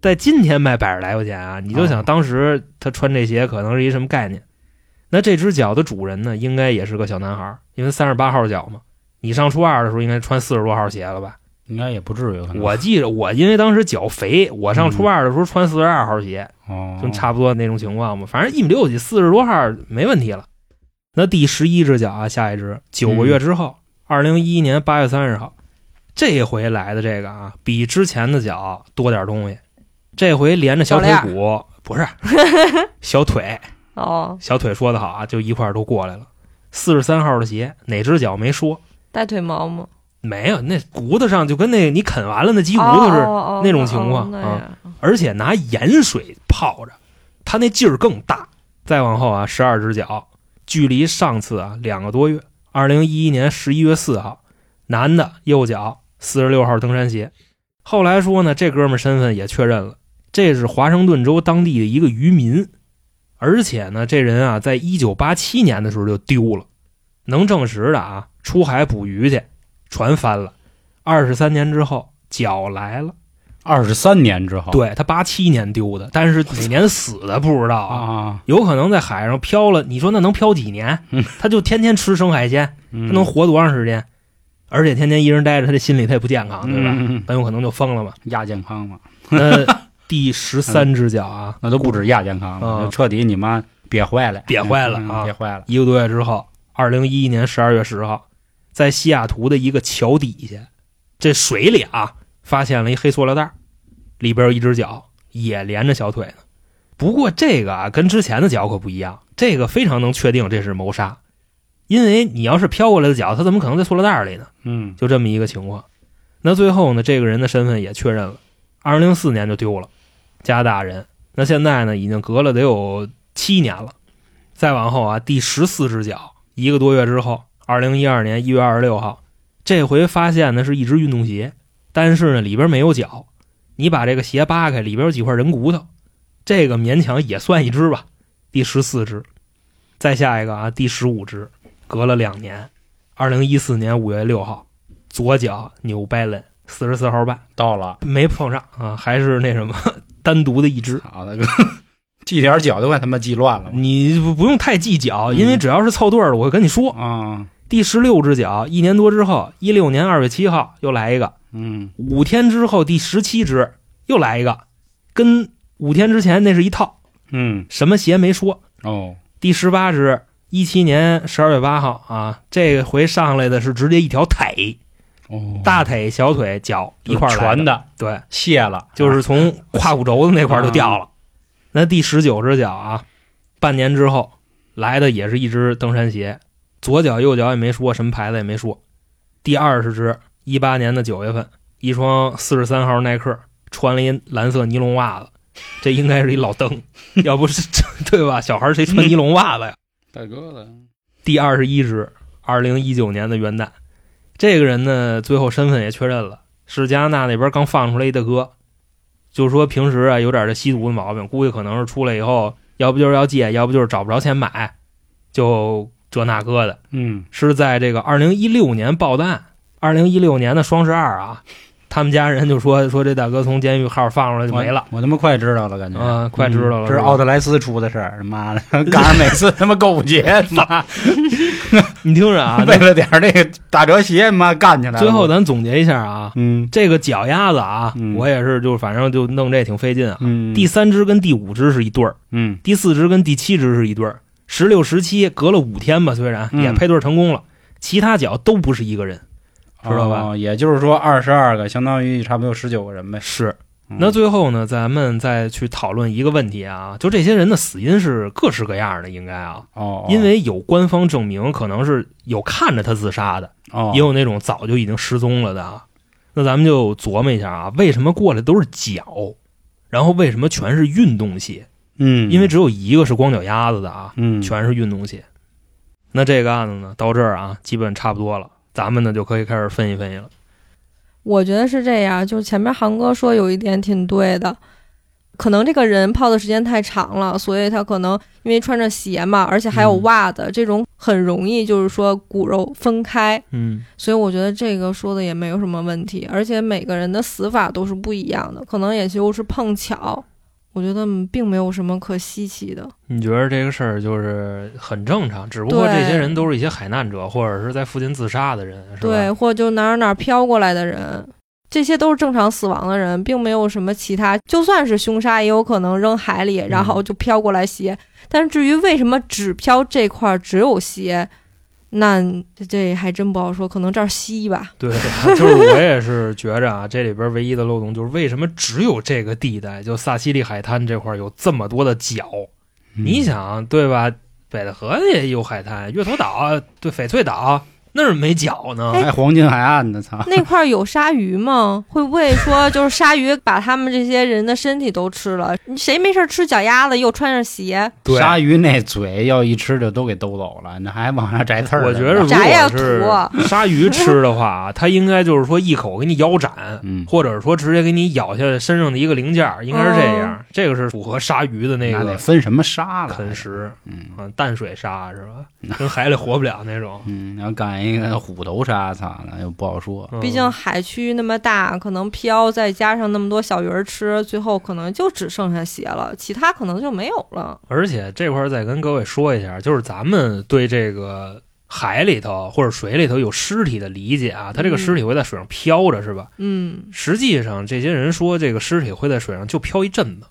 D: 在今天卖百十来块钱啊，你就想
C: 哦
D: 当时他穿这鞋可能是一什么概念？那这只脚的主人呢，应该也是个小男孩儿，因为三十八号脚嘛，你上初二的时候应该穿四十多号鞋了吧？
C: 应该也不至于。可能
D: 我记着我因为当时脚肥，我上初二的时候穿四十二号鞋，
C: 哦，
D: 就差不多那种情况嘛。反正一米六几，四十多号没问题了。那第十一只脚啊，下一只九个月之后，二零一一年八月三十号，这回来的这个啊，比之前的脚多点东西。这回连着小腿
E: 脚
D: 骨不是小腿，
E: 哦，
D: 小腿说的好啊，就一块儿都过来了。四十三号的鞋，哪只脚没说？
E: 带腿毛吗？
D: 没有，那骨头上就跟那你啃完了那鸡骨头似的，
E: 哦
D: 那种情况
E: 哦哦
D: 啊
E: 那样
D: 而且拿盐水泡着，它那劲儿更大。再往后啊，十二只脚，距离上次啊两个多月，二零一一年十一月四号，男的右脚四十六号登山鞋。后来说呢，这哥们儿身份也确认了，这是华盛顿州当地的一个渔民，而且呢，这人啊，在一九八七年的时候就丢了，能证实的啊，出海捕鱼去，船翻了，二十三年之后脚来了。
C: 二十三年之后。
D: 对他八七年丢的，但是哪年死的不知道啊，
C: 啊，
D: 有可能在海上漂了。你说那能漂几年？他就天天吃生海鲜，他
C: 嗯
D: 能活多长时间？而且天天一人待着，他这心里他也不健康，对吧？
C: 嗯嗯嗯
D: 很有可能就疯了嘛。
C: 亚健康嘛，
D: 那第十三只脚啊，
C: 那都不止亚健康了，
D: 啊
C: 就彻底你妈憋坏了，
D: 憋坏了
C: 嗯
D: 啊
C: 憋坏了。
D: 一个多月之后，二零一一年十二月十号，在西雅图的一个桥底下，这水里啊，发现了一黑塑料袋儿，里边有一只脚，也连着小腿呢。不过这个啊，跟之前的脚可不一样，这个非常能确定这是谋杀，因为你要是飘过来的脚，它怎么可能在塑料袋儿里呢？
C: 嗯，
D: 就这么一个情况。那最后呢，这个人的身份也确认了，二零零四年就丢了，加拿大人。那现在呢，已经隔了得有七年了。再往后啊，第十四只脚，一个多月之后，二零一二年一月二十六号，这回发现的是一只运动鞋，但是呢里边没有脚。你把这个鞋扒开，里边有几块人骨头，这个勉强也算一只吧。第十四只，再下一个啊，第十五只，隔了两年，二零一四年五月六号，左脚纽拜伦四十四号半
C: 到了，
D: 没碰上啊，还是那什么 [laughs] 单独的一只。
C: 好的哥， [laughs] 系点脚都快他妈系乱了
D: 你不不用太计较，
C: 嗯
D: 因为只要是凑对儿的，我会跟你说。
C: 啊，
D: 第十六只脚，一年多之后，一六年二月七号又来一个，
C: 嗯
D: 五天之后第十七只又来一个，跟五天之前那是一套，
C: 嗯
D: 什么鞋没说。
C: 哦，
D: 第十八只，一七年十二月八号啊，这回上来的是直接一条腿，
C: 哦
D: 大腿、小腿、脚一块儿来
C: 全
D: 的，
C: 的啊
D: 对。
C: 卸了，
D: 就是从胯骨轴子那块儿就掉了。那第十九只脚啊，半年之后来的也是一只登山鞋，左脚右脚也没说，什么牌子也没说。第二十只，一八年的九月份，一双四十三号耐克穿了一蓝色尼龙袜子，这应该是一老登， [laughs] 要不是对吧？小孩儿谁穿尼龙袜子呀？
C: 大哥的，
D: 第二十一只，二零一九年的元旦，这个人呢，最后身份也确认了，是加拿大那边刚放出来一大哥，就是说平时啊有点这吸毒的毛病，估计可能是出来以后，要不就是要戒，要不就是找不着钱买，就这那哥的。
C: 嗯，
D: 是在这个二零一六年报的案。二零一六年的双十二啊，他们家人就说说这大哥从监狱号放出来就没了。
C: 我，我他妈快知道了，感觉
D: 啊快知道了
C: 嗯这是
D: 是吧
C: 奥特莱斯出的事儿，他妈 [laughs] 的，赶上每次他妈购物节， [laughs] 妈
D: 你听
C: [laughs]
D: 着啊，
C: 为了点儿那个打折鞋，妈干起来了。
D: 最后咱总结一下啊，
C: 嗯
D: 这个脚丫子啊，
C: 嗯
D: 我也是就反正就弄这挺费劲啊。
C: 嗯，
D: 第三只跟第五只是一对儿，
C: 嗯
D: 第四只跟第七只是一对儿，十六、十七隔了五天吧，虽然
C: 嗯
D: 也配对成功了，其他脚都不是一个人。知道吧
C: 哦也就是说，二十二个相当于差不多有十九个人呗。
D: 是，
C: 嗯
D: 那最后呢，咱们再去讨论一个问题啊，就这些人的死因是各式各样的，应该啊，
C: 哦，哦
D: 因为有官方证明可能是有看着他自杀的，
C: 哦
D: 也有那种早就已经失踪了的啊。那咱们就琢磨一下啊，为什么过来都是脚，然后为什么全是运动鞋？
C: 嗯，
D: 因为只有一个是光脚丫子的啊，
C: 嗯
D: 全是运动鞋。那这个案子呢，到这儿啊，基本差不多了，咱们呢就可以开始分析分析了。
E: 我觉得是这样，就是前面航哥说有一点挺对的，可能这个人泡的时间太长了，所以他可能因为穿着鞋嘛，而且还有
D: 嗯
E: 袜子，这种很容易就是说骨肉分开，
D: 嗯
E: 所以我觉得这个说的也没有什么问题。而且每个人的死法都是不一样的，可能也就是碰巧，我觉得嗯并没有什么可稀奇的。
D: 你觉得这个事儿就是很正常，只不过
E: 对
D: 这些人都是一些海难者，或者是在附近自杀的人，是吧？
E: 对，或者就哪儿哪儿飘过来的人，这些都是正常死亡的人，并没有什么其他。就算是凶杀，也有可能扔海里，然
D: 嗯
E: 后就飘过来鞋。但是至于为什么只飘这块儿只有鞋，那这这还真不好说，可能这儿稀吧。
D: [laughs] 对，啊就是我也是觉着啊，这里边唯一的漏洞就是为什么只有这个地带，就萨西利海滩这块儿有这么多的脚？
C: 嗯
D: 你想对吧？北戴河也有海滩，月头岛对翡翠岛那儿没脚呢。
E: 哎
C: 还哎黄金海岸呢，操！
E: 那块儿有鲨鱼吗？会不会说就是鲨鱼把他们这些人的身体都吃了？谁没事儿吃脚丫子又穿上鞋？
D: 对
C: 鲨鱼那嘴要一吃就都给兜走了，那还往上摘刺儿呢。
D: 我觉得如
E: 摘呀
D: 果是
E: 土啊
D: 鲨鱼吃的话，啊它应该就是说一口给你腰斩，
C: 嗯，
D: 或者说直接给你咬下身上的一个零件儿，应该是这
E: 哦
D: 样。这个是符合鲨鱼的那
C: 那
D: 个
C: 得分什么鲨了？
D: 啃食，
C: 嗯
D: 嗯，淡水鲨是吧？跟海里活不了那种。
C: 嗯，要干一个虎头鲨，操，那又不好说。
D: 嗯
E: 毕竟海区那么大，可能漂，再加上那么多小鱼儿吃，最后可能就只剩下鞋了，其他可能就没有了。
D: 而且这块儿再跟各位说一下，就是咱们对这个海里头或者水里头有尸体的理解啊，它这个
E: 嗯
D: 尸体会在水上飘着，是吧？
E: 嗯，
D: 实际上，这些人说这个尸体会在水上就飘一阵子，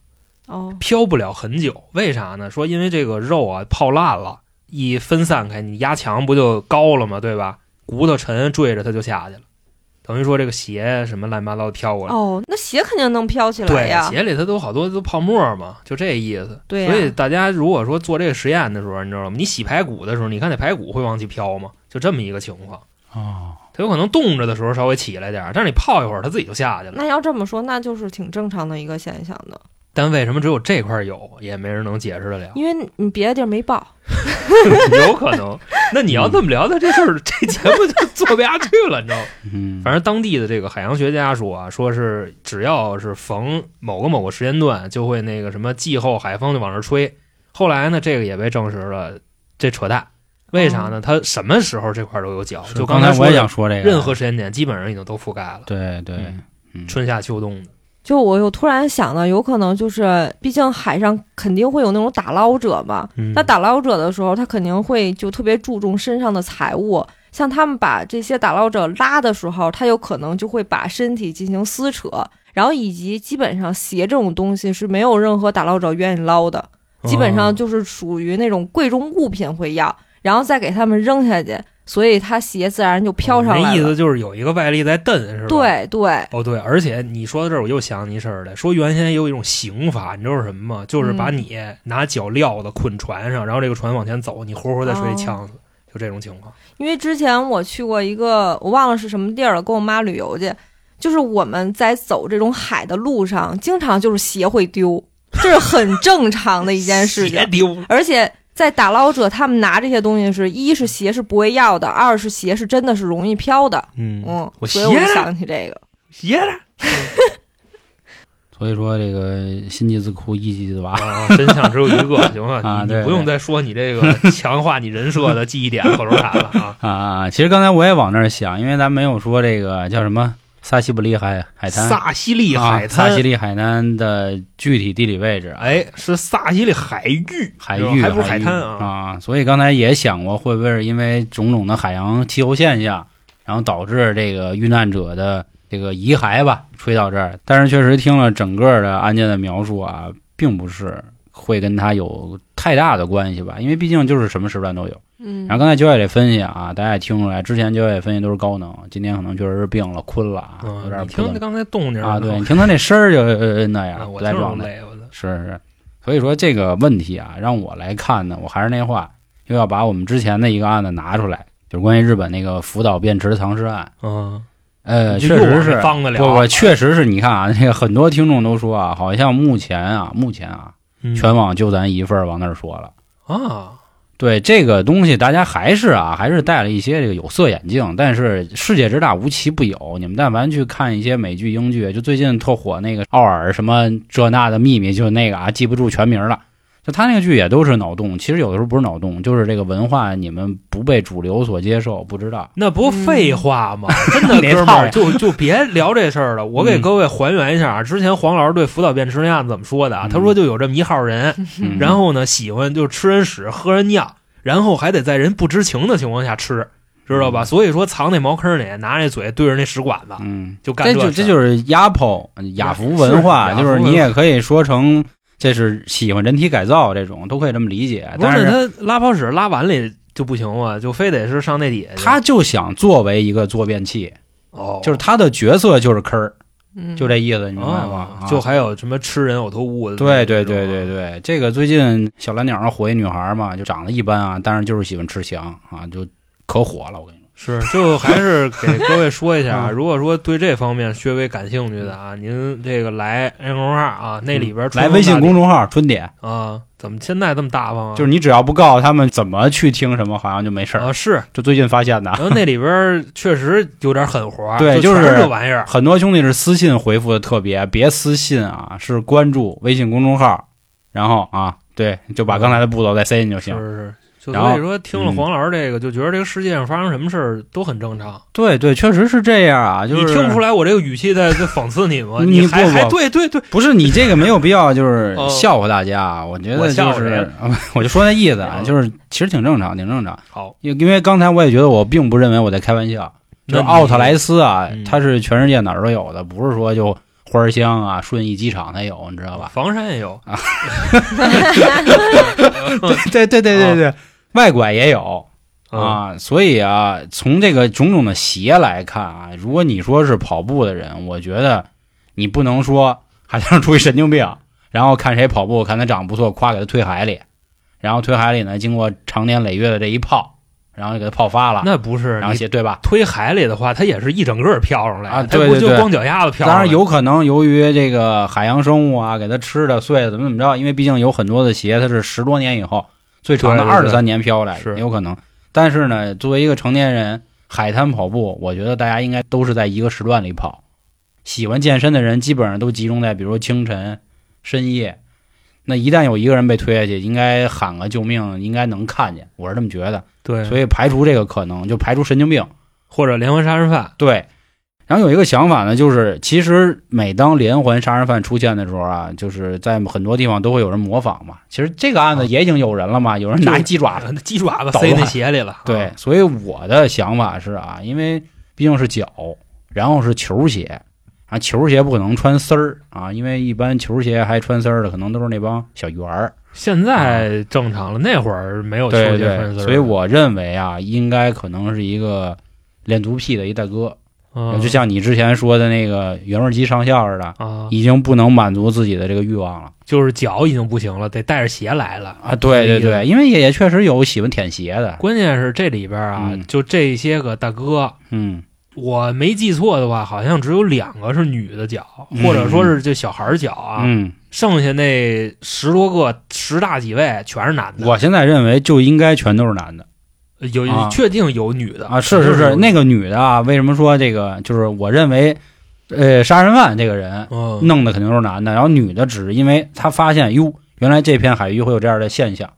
E: 哦，
D: 飘不了很久。为啥呢？说因为这个肉啊泡烂了，一分散开，你压强不就高了吗？对吧？骨头沉坠着它就下去了，等于说这个鞋什么乱七八糟的飘过来。
E: 哦，那鞋肯定能飘起来
D: 对，
E: 呀。
D: 鞋里它都好多都泡沫嘛，就这意思。
E: 对呀
D: 所以大家如果说做这个实验的时候，你知道吗？你洗排骨的时候，你看那排骨会往起飘吗？就这么一个情况，
C: 哦，
D: 它有可能冻着的时候稍微起来点儿，但是你泡一会儿，它自己就下去了。
E: 那要这么说，那就是挺正常的一个现象
D: 哦
E: 的，
D: 但为什么只有这块儿有，也没人能解释得了？ [laughs]
E: 因为你别的地儿没报。
D: 有可能。那你要这么聊，那这事儿这节目就做不下去了，你知道吗？
C: 嗯，
D: 反正当地的这个海洋学家说啊，说是只要是逢某个某个时间段，就会那个什么季候海风就往这吹。后来呢，这个也被证实了，这扯淡。为啥呢？它什么时候这块儿都有脚？就
C: 哦刚
D: 才
C: 我也
D: 说
C: 想
D: 的，
C: 说这个，
D: 任何时间点基本上已经都覆盖了，
C: 对对
D: 嗯，
C: 嗯
D: 春夏秋冬的。
E: 就我又突然想到，有可能就是，毕竟海上肯定会有那种打捞者嘛，
D: 嗯
E: 他打捞者的时候，他肯定会就特别注重身上的财物。像他们把这些打捞者拉的时候，他有可能就会把身体进行撕扯，然后以及基本上鞋这种东西是没有任何打捞者愿意捞的，
D: 哦
E: 基本上就是属于那种贵重物品会要，然后再给他们扔下去，所以他鞋自然就飘上
D: 那
E: 来
D: 意
E: 了。
D: 思就是有一个外力在蹬，是吧？。
E: 对对，
D: 哦，对，而且你说到这儿，我又想起一事儿来，说原先有一种刑罚，你知道是什么吗？就是把
E: 嗯
D: 你拿脚镣子捆船上，然后这个船往前走，你活活在水里
E: 哦
D: 呛死，就这种情况。
E: 因为之前我去过一个，我忘了是什么地儿了，跟我妈旅游去，就是我们在走这种海的路上，经常就是鞋会丢， [laughs] 这是很正常的一件
C: [laughs]
E: 事情
D: 鞋。丢，
E: 而且在打捞者，他们拿这些东西是一是鞋是不会要的，二是鞋是真的是容易飘的。
D: 嗯，
E: 嗯，
D: 我
E: 所以我
D: 鞋
E: 就
D: 呢
E: 想起这个。
D: 鞋呢？
C: 所以说这个辛弃疾哭，一己自拔。
D: 啊，真相只有一个，
C: [laughs]
D: 行吧？
C: 啊
D: 你
C: 对
D: 你不用再说你这
C: [laughs]
D: 个强化你人设的记忆点口头禅了啊。
C: 啊，其实刚才我也往那儿想，因为咱没有说这个叫什么萨西布里海海滩，
D: 萨西利海
C: 啊萨
D: 滩
C: 西，利海滩的具体地理位置，，啊
D: 哎，是萨西利海域，
C: 海
D: 是吧
C: 域
D: 还不是海
C: 域
D: 滩啊？
C: 啊所以刚才也想过，会不会是因为种种的海洋气候现象，然后导致这个遇难者的这个遗骸吧吹到这儿？但是确实听了整个的案件的描述啊，并不是会跟他有太大的关系吧，因为毕竟就是什么时段都有。
E: 嗯
C: 然后刚才九也这分析啊，大家也听出来，之前九也分析都是高能，今天可能确实是病了、困了啊，有
D: 嗯，
C: 点
D: 你
C: 不
D: 听
C: 能
D: 他刚才动静儿
C: 啊，对
D: 我
C: 你听他那声儿就、呃、那
D: 啊
C: 样，
D: 我
C: 不
D: 听
C: 带
D: 着
C: 状
D: 都
C: 态。
D: 累，我操！
C: 是是，所以说这个问题啊，让我来看呢，我还是那话，又要把我们之前的一个案子拿出来，就是关于日本那个福岛便池藏尸案。
D: 嗯，
C: 呃，
D: 你
C: 确
D: 就又
C: 实
D: 往
C: 是
D: 这，方得了
C: 不不，确实是你看啊，那个很多听众都说啊，好像目前啊，目前啊，
D: 嗯
C: 全网就咱一份儿往那儿说了。
D: 啊，
C: 对这个东西，大家还是啊，还是戴了一些这个有色眼镜。但是世界之大，无奇不有。你们但凡去看一些美剧、英剧，就最近特火那个奥尔什么这那的秘密，就是那个啊，记不住全名了。就他那个剧也都是脑洞，其实有的时候不是脑洞，就是这个文化你们不被主流所接受，不知道。
D: 那不废
C: [laughs]
D: 话吗？真的，
C: 哪
D: 哥
C: 嗯
D: 们
C: 套
D: 儿，
C: 呀
D: 就就别聊这事儿了。我给
C: 嗯
D: 各位还原一下啊，之前黄老师对福岛便池那案子怎么说的啊？
C: 嗯
D: 他说就有这么一号人，
C: 嗯
D: 然后呢，喜欢就吃人屎、喝人尿，然后还得在人不知情的情况下吃，知道吧？
C: 嗯
D: 所以说藏那茅坑里，拿那嘴对着那屎管子，
C: 嗯，
D: 就干
C: 这就
D: 事
C: 这
D: 儿
C: 就是亚普亚服文化，
D: 是
C: 就
D: 亚
C: 是
D: 服
C: 你
D: 文
C: 也可以说成这是喜欢人体改造这种，都可以这么理解。
D: 不
C: 但
D: 是
C: 是
D: 那他拉泡屎拉碗里就不行啊，就非得是上那底下去。
C: 他就想作为一个坐便器，
D: 哦，
C: 就是他的角色就是坑儿，
E: 嗯，
C: 就这意思，你明白
D: 哦
C: 吗？啊
D: 就还有什么吃人呕吐物的那种啊，
C: 对对对对对，这个最近小蓝鸟上火一女孩嘛，就长得一般啊，但是就是喜欢吃翔啊，就可火了。我跟你说，
D: 是， [laughs] 就还是给各位说一下啊，
C: 嗯
D: 如果说对这方面略微感兴趣的啊，您这个来公众号啊，那里边儿
C: 嗯来微信公众号“春点
D: 啊，怎么现在这么大方”，啊？
C: 就是你只要不告诉他们怎么去听什么，好像就没事儿。
D: 啊是，
C: 就最近发现的 [laughs]
D: 然，后那里边儿确实有点狠活儿，
C: 对
D: 就全
C: 就是
D: 这玩意儿，
C: 很多兄弟是私信回复的特别，别私信啊，是关注微信公众号，然后啊，对，就把刚才的步骤再塞进就是行。
D: 哦是。就
C: 然后
D: 所以说，听了
C: 嗯
D: 黄老师这个，就觉得这个世界上发生什么事儿都很正常。
C: 对对，确实是这样啊，就是
D: 你听不出来我这个语气在在讽刺你吗？
C: 你
D: 还
C: 不
D: 还
C: 不
D: 对对对，
C: 不是你这个没有必要，就是
D: 哦
C: 笑话大家啊。我觉
D: 我
C: 得
D: 笑
C: 就
D: 话谁
C: 是
D: 了，
C: [laughs] 我就说那意思啊
D: 哦，
C: 就是其实挺正常，挺正常。
D: 好，
C: 因因为刚才我也觉得我并不认为我在开玩笑，就
D: 那
C: 是
D: 你
C: 奥特莱斯啊
D: 嗯，
C: 它是全世界哪儿都有的，不是说就花儿乡啊、顺义机场才有，你知道
D: [laughs]
C: 吧？
D: 房山也有嗯啊，
C: 对对对对对，哦外拐也有 [laughs]
D: 嗯
C: 啊。所以啊，从这个种种的鞋来看啊，如果你说是跑步的人，我觉得你不能说还像出于神经病，然后看谁跑步，看他长得不错，夸给他推海里，然后推海里呢，经过长年累月的这一泡，然后就给他泡发了，
D: 嗯那不是
C: 然后
D: 你
C: 鞋对吧？
D: 推海里的话，它也是一整个儿飘上来
C: 啊
D: 它
C: 对
D: 不
C: 对
D: 就
C: 对
D: 光脚丫子飘上
C: 当
D: 来？
C: 然有可能由于这个海洋生物啊，给它吃的、碎的怎么怎么着，因为毕竟有很多的鞋它是十多年以后，最长的
D: 对
C: 二
D: 对
C: 十
D: 对
C: 三年飘来，
D: 是
C: 有可能。但是呢，作为一个成年人，海滩跑步，我觉得大家应该都是在一个时段里跑。喜欢健身的人基本上都集中在，比如说清晨、深夜。那一旦有一个人被推下去，应该喊个救命，应该能看见，我是这么觉得。
D: 对，
C: 所以排除这个可能，就排除神经病。
D: 或者连环杀人犯，
C: 对，然后有一个想法呢，就是其实每当连环杀人犯出现的时候啊，就是在很多地方都会有人模仿嘛。其实这个
D: 啊
C: 案子也已经有人了嘛，有人拿一鸡爪子。
D: 那鸡爪子
C: 呃捣
D: 塞那
C: 乱
D: 鞋里了。
C: [laughs] 对
D: 啊，，
C: 所以我的想法是啊，因为毕竟是脚，然后是球鞋。啊，球鞋不可能穿丝儿啊，因为一般球鞋还穿丝儿的，可能都是那帮小圆儿。
D: 现在正常了，那会儿没有
C: 对
D: 哦球鞋
C: 对
D: 分，丝儿
C: 所以我认为啊，应该可能是一个练足癖的一大哥，
D: 嗯
C: 就像你之前说的那个原味鸡上校似的，
D: 啊，
C: 已经不能满足自己的这个欲望了
D: 就是脚已经不行了，得带着鞋来了。
C: 啊！对对对，因为也也确实有喜欢舔鞋的，
D: 关键是这里边啊
C: 嗯，
D: 就这些个大哥，
C: 嗯，
D: 我没记错的话，好像只有两个是女的脚，
C: 嗯
D: 或者说是就小孩儿脚啊，
C: 嗯，
D: 剩下那十多个十大几位全是男的。
C: 我现在认为就应该全都是男的
D: 有、
C: 啊
D: 确定有女的
C: 啊，是是是，那个女的啊，为什么说这个？就是我认为，呃，杀人犯这个人
D: 嗯
C: 弄的肯定都是男的，然后女的只是因为她发现，哟，原来这片海域会有这样的现象，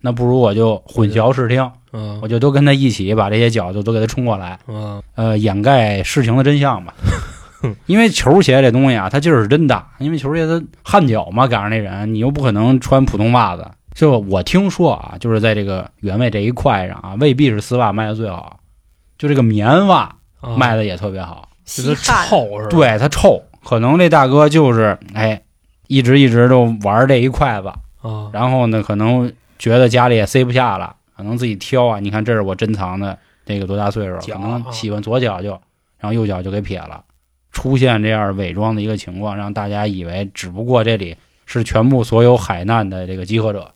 C: 那不如我就混淆视听，
D: 嗯
C: 我就都跟他一起把这些脚就都给他冲过来，
D: 嗯
C: 呃，掩盖事情的真相吧。因为球鞋这东西啊，它劲儿是真大，因为球鞋它汗脚嘛，赶上那人，你又不可能穿普通袜子。就我听说啊，就是在这个原味这一块上啊，未必是丝袜卖的最好，就这个棉袜
D: 嗯
C: 卖的也特别好。
D: 就
E: 稀
D: 跟
E: 罕，
D: 臭似的，
C: 对，它臭，可能这大哥就是哎，一直一直都玩这一块子，
D: 啊，
C: 然后呢，可能觉得家里也塞不下了，可能自己挑啊。你看，这是我珍藏的这个多大岁数了，
D: 脚啊
C: 可能喜欢左脚就，然后右脚就给撇了，出现这样伪装的一个情况，让大家以为只不过这里是全部所有海难的这个集合者。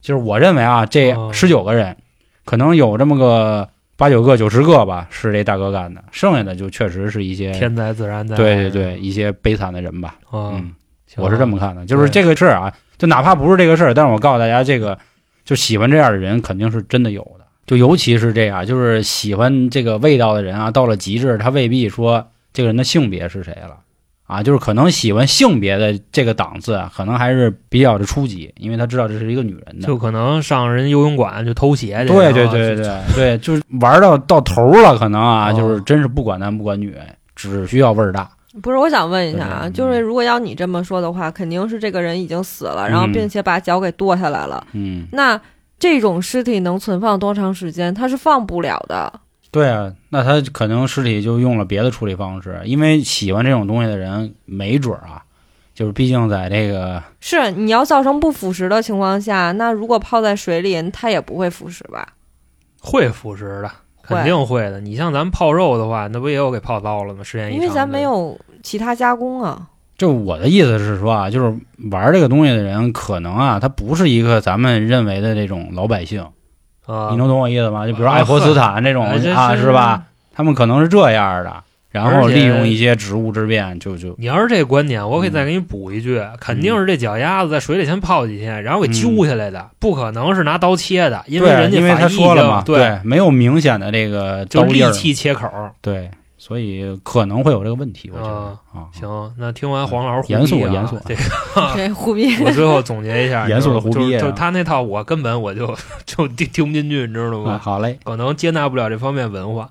C: 就是我认为啊，这
D: 哦
C: 十九个人，可能有这么个八九个、九十个吧，是这大哥干的，剩下的就确实是一些
D: 天灾啊自然灾，
C: 对对对，一些悲惨的人吧。
D: 啊，
C: 嗯，我是这么看的，就是
D: 对
C: 这个事儿啊，就哪怕不是这个事儿，但是我告诉大家，这个就喜欢这样的人肯定是真的有的，就尤其是这样，啊就是喜欢这个味道的人啊，到了极致，他未必说这个人的性别是谁了。啊，就是可能喜欢性别的这个档次啊，可能还是比较的初级，因为他知道这是一个女人的。
D: 就可能上人游泳馆就偷鞋去，
C: 对
D: 然
C: 对
D: 后
C: 对
D: 就
C: 对对对，就是玩到到头了，可能啊，
D: 哦
C: 就是真是不管男不管女，只需要味儿大。
E: 不是，我想问一下啊，
C: 嗯
E: 就是如果要你这么说的话，肯定是这个人已经死了，然后
C: 嗯
E: 并且把脚给剁下来了。
C: 嗯，
E: 那这种尸体能存放多长时间？它是放不了的。
C: 对啊，那他可能尸体就用了别的处理方式，因为喜欢这种东西的人，没准儿啊，就是毕竟在这个
E: 是你要造成不腐蚀的情况下，那如果泡在水里，它也不会腐蚀吧？
D: 会腐蚀的，肯定会的。你像咱们泡肉的话，那不也有给泡糟了吗？时间一
E: 因为
D: 长
E: 咱
D: 就
E: 没有其他加工啊。
C: 就我的意思是说啊，就是玩这个东西的人，可能啊，他不是一个咱们认为的这种老百姓，
D: 啊，
C: 你能懂我意思吗？就比如
D: 啊
C: 爱泼斯坦这种
D: 哎这
C: 啊，
D: 是
C: 是吧？他们可能是这样的，然后
D: 而且
C: 利用一些职务之便，就就
D: 你要是这观点，我可以再给你补一
C: 嗯
D: 句，肯定是这脚丫子在水里先泡几天，然后给揪下来的，不可能是拿刀切的，因为
C: 对，啊
D: 人家
C: 因为
D: 法医
C: 他说了嘛，
D: 已经对，
C: 没有明显的这个
D: 就
C: 刀
D: 利
C: 印儿，
D: 器切口。
C: 对，所以可能会有这个问题，我觉得
D: 啊
C: 啊，
D: 行，那听完黄老师胡逼啊
C: 严肃严肃
D: 这个
E: 对，忽必
D: 我最后总结一下，
C: 严肃的胡
D: 就是
C: 逼啊
D: 就是他那套，我根本我就 [laughs] 就听听不进去，你知道吗？
C: 啊好嘞。
D: 可能接纳不了这方面文化。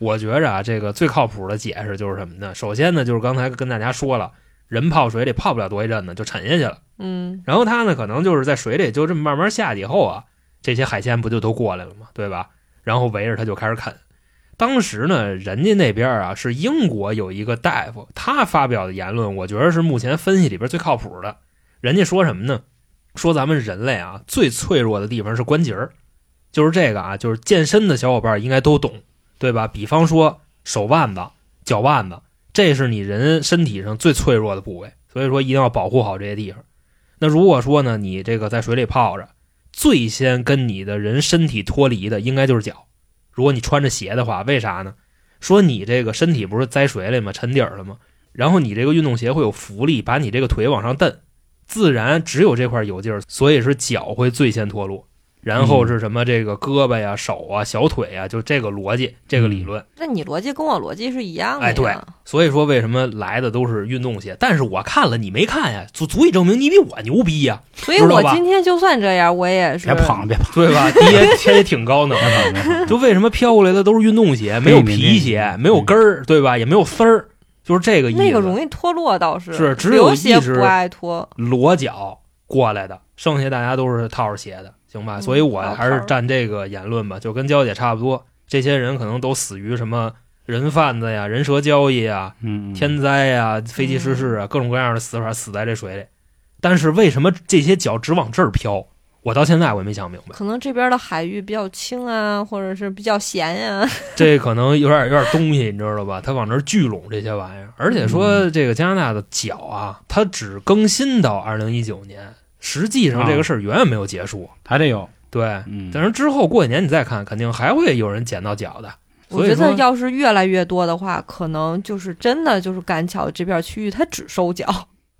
D: 我觉着啊，这个最靠谱的解释就是什么呢？首先呢，就是刚才跟大家说了，人泡水里泡不了多一阵子就沉下去了。
E: 嗯，
D: 然后他呢，可能就是在水里就这么慢慢下去以后啊，这些海鲜不就都过来了嘛，对吧？然后围着他就开始啃。当时呢，人家那边啊是英国有一个大夫，他发表的言论，我觉得是目前分析里边最靠谱的。人家说什么呢？说咱们人类啊最脆弱的地方是关节儿，就是这个啊，就是健身的小伙伴应该都懂，对吧？比方说手腕子、脚腕子，这是你人身体上最脆弱的部位，所以说一定要保护好这些地方。那如果说呢，你这个在水里泡着，最先跟你的人身体脱离的应该就是脚。如果你穿着鞋的话，为啥呢？说你这个身体不是栽水里吗？沉底儿了吗？然后你这个运动鞋会有浮力，把你这个腿往上蹬，自然只有这块有劲儿，所以是脚会最先脱落，然后是什么这个胳膊呀、手啊、小腿呀，就这个逻辑，这个理论。
E: 那你逻辑跟我逻辑是一样的呀。
D: 哎对所以说为什么来的都是运动鞋？但是我看了你没看呀，足足以证明你比我牛逼呀，
E: 所以
D: 知道
E: 我
D: 吧
E: 今天就算这样，我也是
C: 别捧，别捧，
D: [laughs] 对 [laughs] 吧？你也这也挺高能
C: 别 [laughs] 捧，
D: 的。
C: 别嗯捧。
D: [laughs] 就为什么飘过来的都是运动鞋，没有嗯皮鞋，没有跟儿，对吧？也没有丝儿，就是这个意思。
E: 那个容易脱落倒是
D: 是只有
E: 流
D: 一
E: 血
D: 只
E: 不爱脱。
D: 裸脚过来的，剩下大家都是套着鞋的，行吧？
E: 嗯
D: 所以我还
E: 老
D: 是
E: 头儿
D: 站这个言论吧，就跟娇姐差不多。这些人可能都死于什么人贩子呀、人蛇交易啊呀、
C: 嗯，嗯
D: 天灾呀、飞机失事啊，各种各样的死法死在这水里。但是为什么这些脚只往这儿飘？我到现在我也没想明白。
E: 可能这边的海域比较清啊，或者是比较咸啊呀、
D: 这可能有点有点东西，你知道吧？它往那儿聚拢这些玩意儿，而且
E: 嗯
D: 说这个加拿大的脚啊，它只更新到二零一九年，实际上这
E: 啊
D: 个事儿远远没有结束。
C: 还得有，
D: 对，
C: 嗯，
D: 但是之后过几年你再看，肯定还会有人捡到脚的。
E: 我
D: 所以
E: 觉得
D: 说
E: 要是越来越多的话，可能就是真的就是赶巧这片区域它只收缴，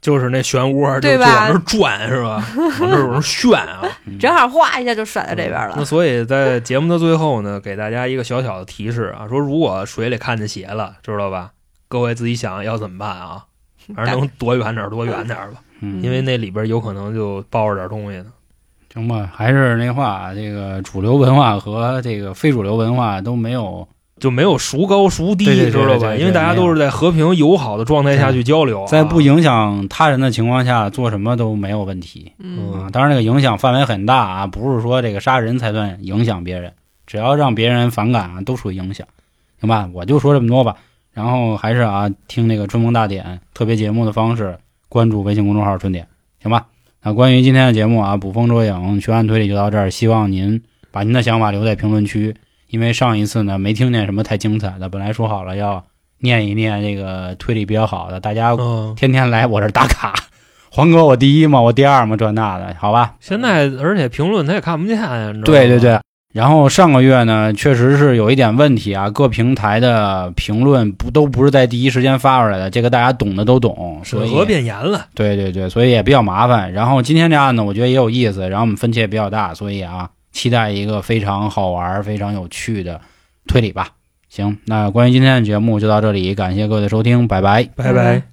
D: 就是那漩涡，就
E: 对
D: 就
E: 吧
D: 往那儿转是
E: [laughs]
D: 吧？往那儿往那儿旋啊，
C: 嗯
E: 正好哗一下就甩到这边了。
D: 嗯那所以在节目的最后呢，给大家一个小小的提示啊，说如果水里看见鞋了，知道吧？各位自己想要怎么办啊？反正能躲远点儿多远点儿吧，
C: 嗯
D: 因为那里边有可能就抱着点东西呢。
C: 行吧，还是那话，这个主流文化和这个非主流文化都没有
D: 就没有孰高孰低，
C: 对对对
D: 知道
C: 对
D: 吧？
C: 对对
D: 因为大家都是在和平友好的状态下去交流啊、
C: 在不影响他人的情况下做什么都没有问题
E: 嗯，
C: 啊。当然，这个影响范围很大啊，不是说这个杀人才算影响别人，只要让别人反感啊，都属于影响，行吧？我就说这么多吧。然后还是啊，听那个《春风大典》特别节目的方式，关注微信公众号“春点”，行吧？那关于今天的节目啊，捕风捉影、悬案推理就到这儿，希望您把您的想法留在评论区，因为上一次呢没听见什么太精彩的，本来说好了要念一念这个推理比较好的，大家
D: 嗯，
C: 天天来我这儿打卡。 [laughs] 黄哥，我第一嘛，我第二嘛，这那的，好吧？
D: 现在而且评论他也看不见，你知道吗
C: 对对对。然后上个月呢，确实是有一点问题啊，各平台的评论不都不是在第一时间发出来的，这个大家懂的都懂，所
D: 审核
C: 以
D: 变严了，
C: 对对对，所以也比较麻烦。然后今天这案呢，我觉得也有意思，然后我们分歧也比较大，所以啊，期待一个非常好玩、非常有趣的推理吧。行，那关于今天的节目就到这里，感谢各位的收听，拜拜。
D: 拜
E: 拜
D: 拜
E: 拜。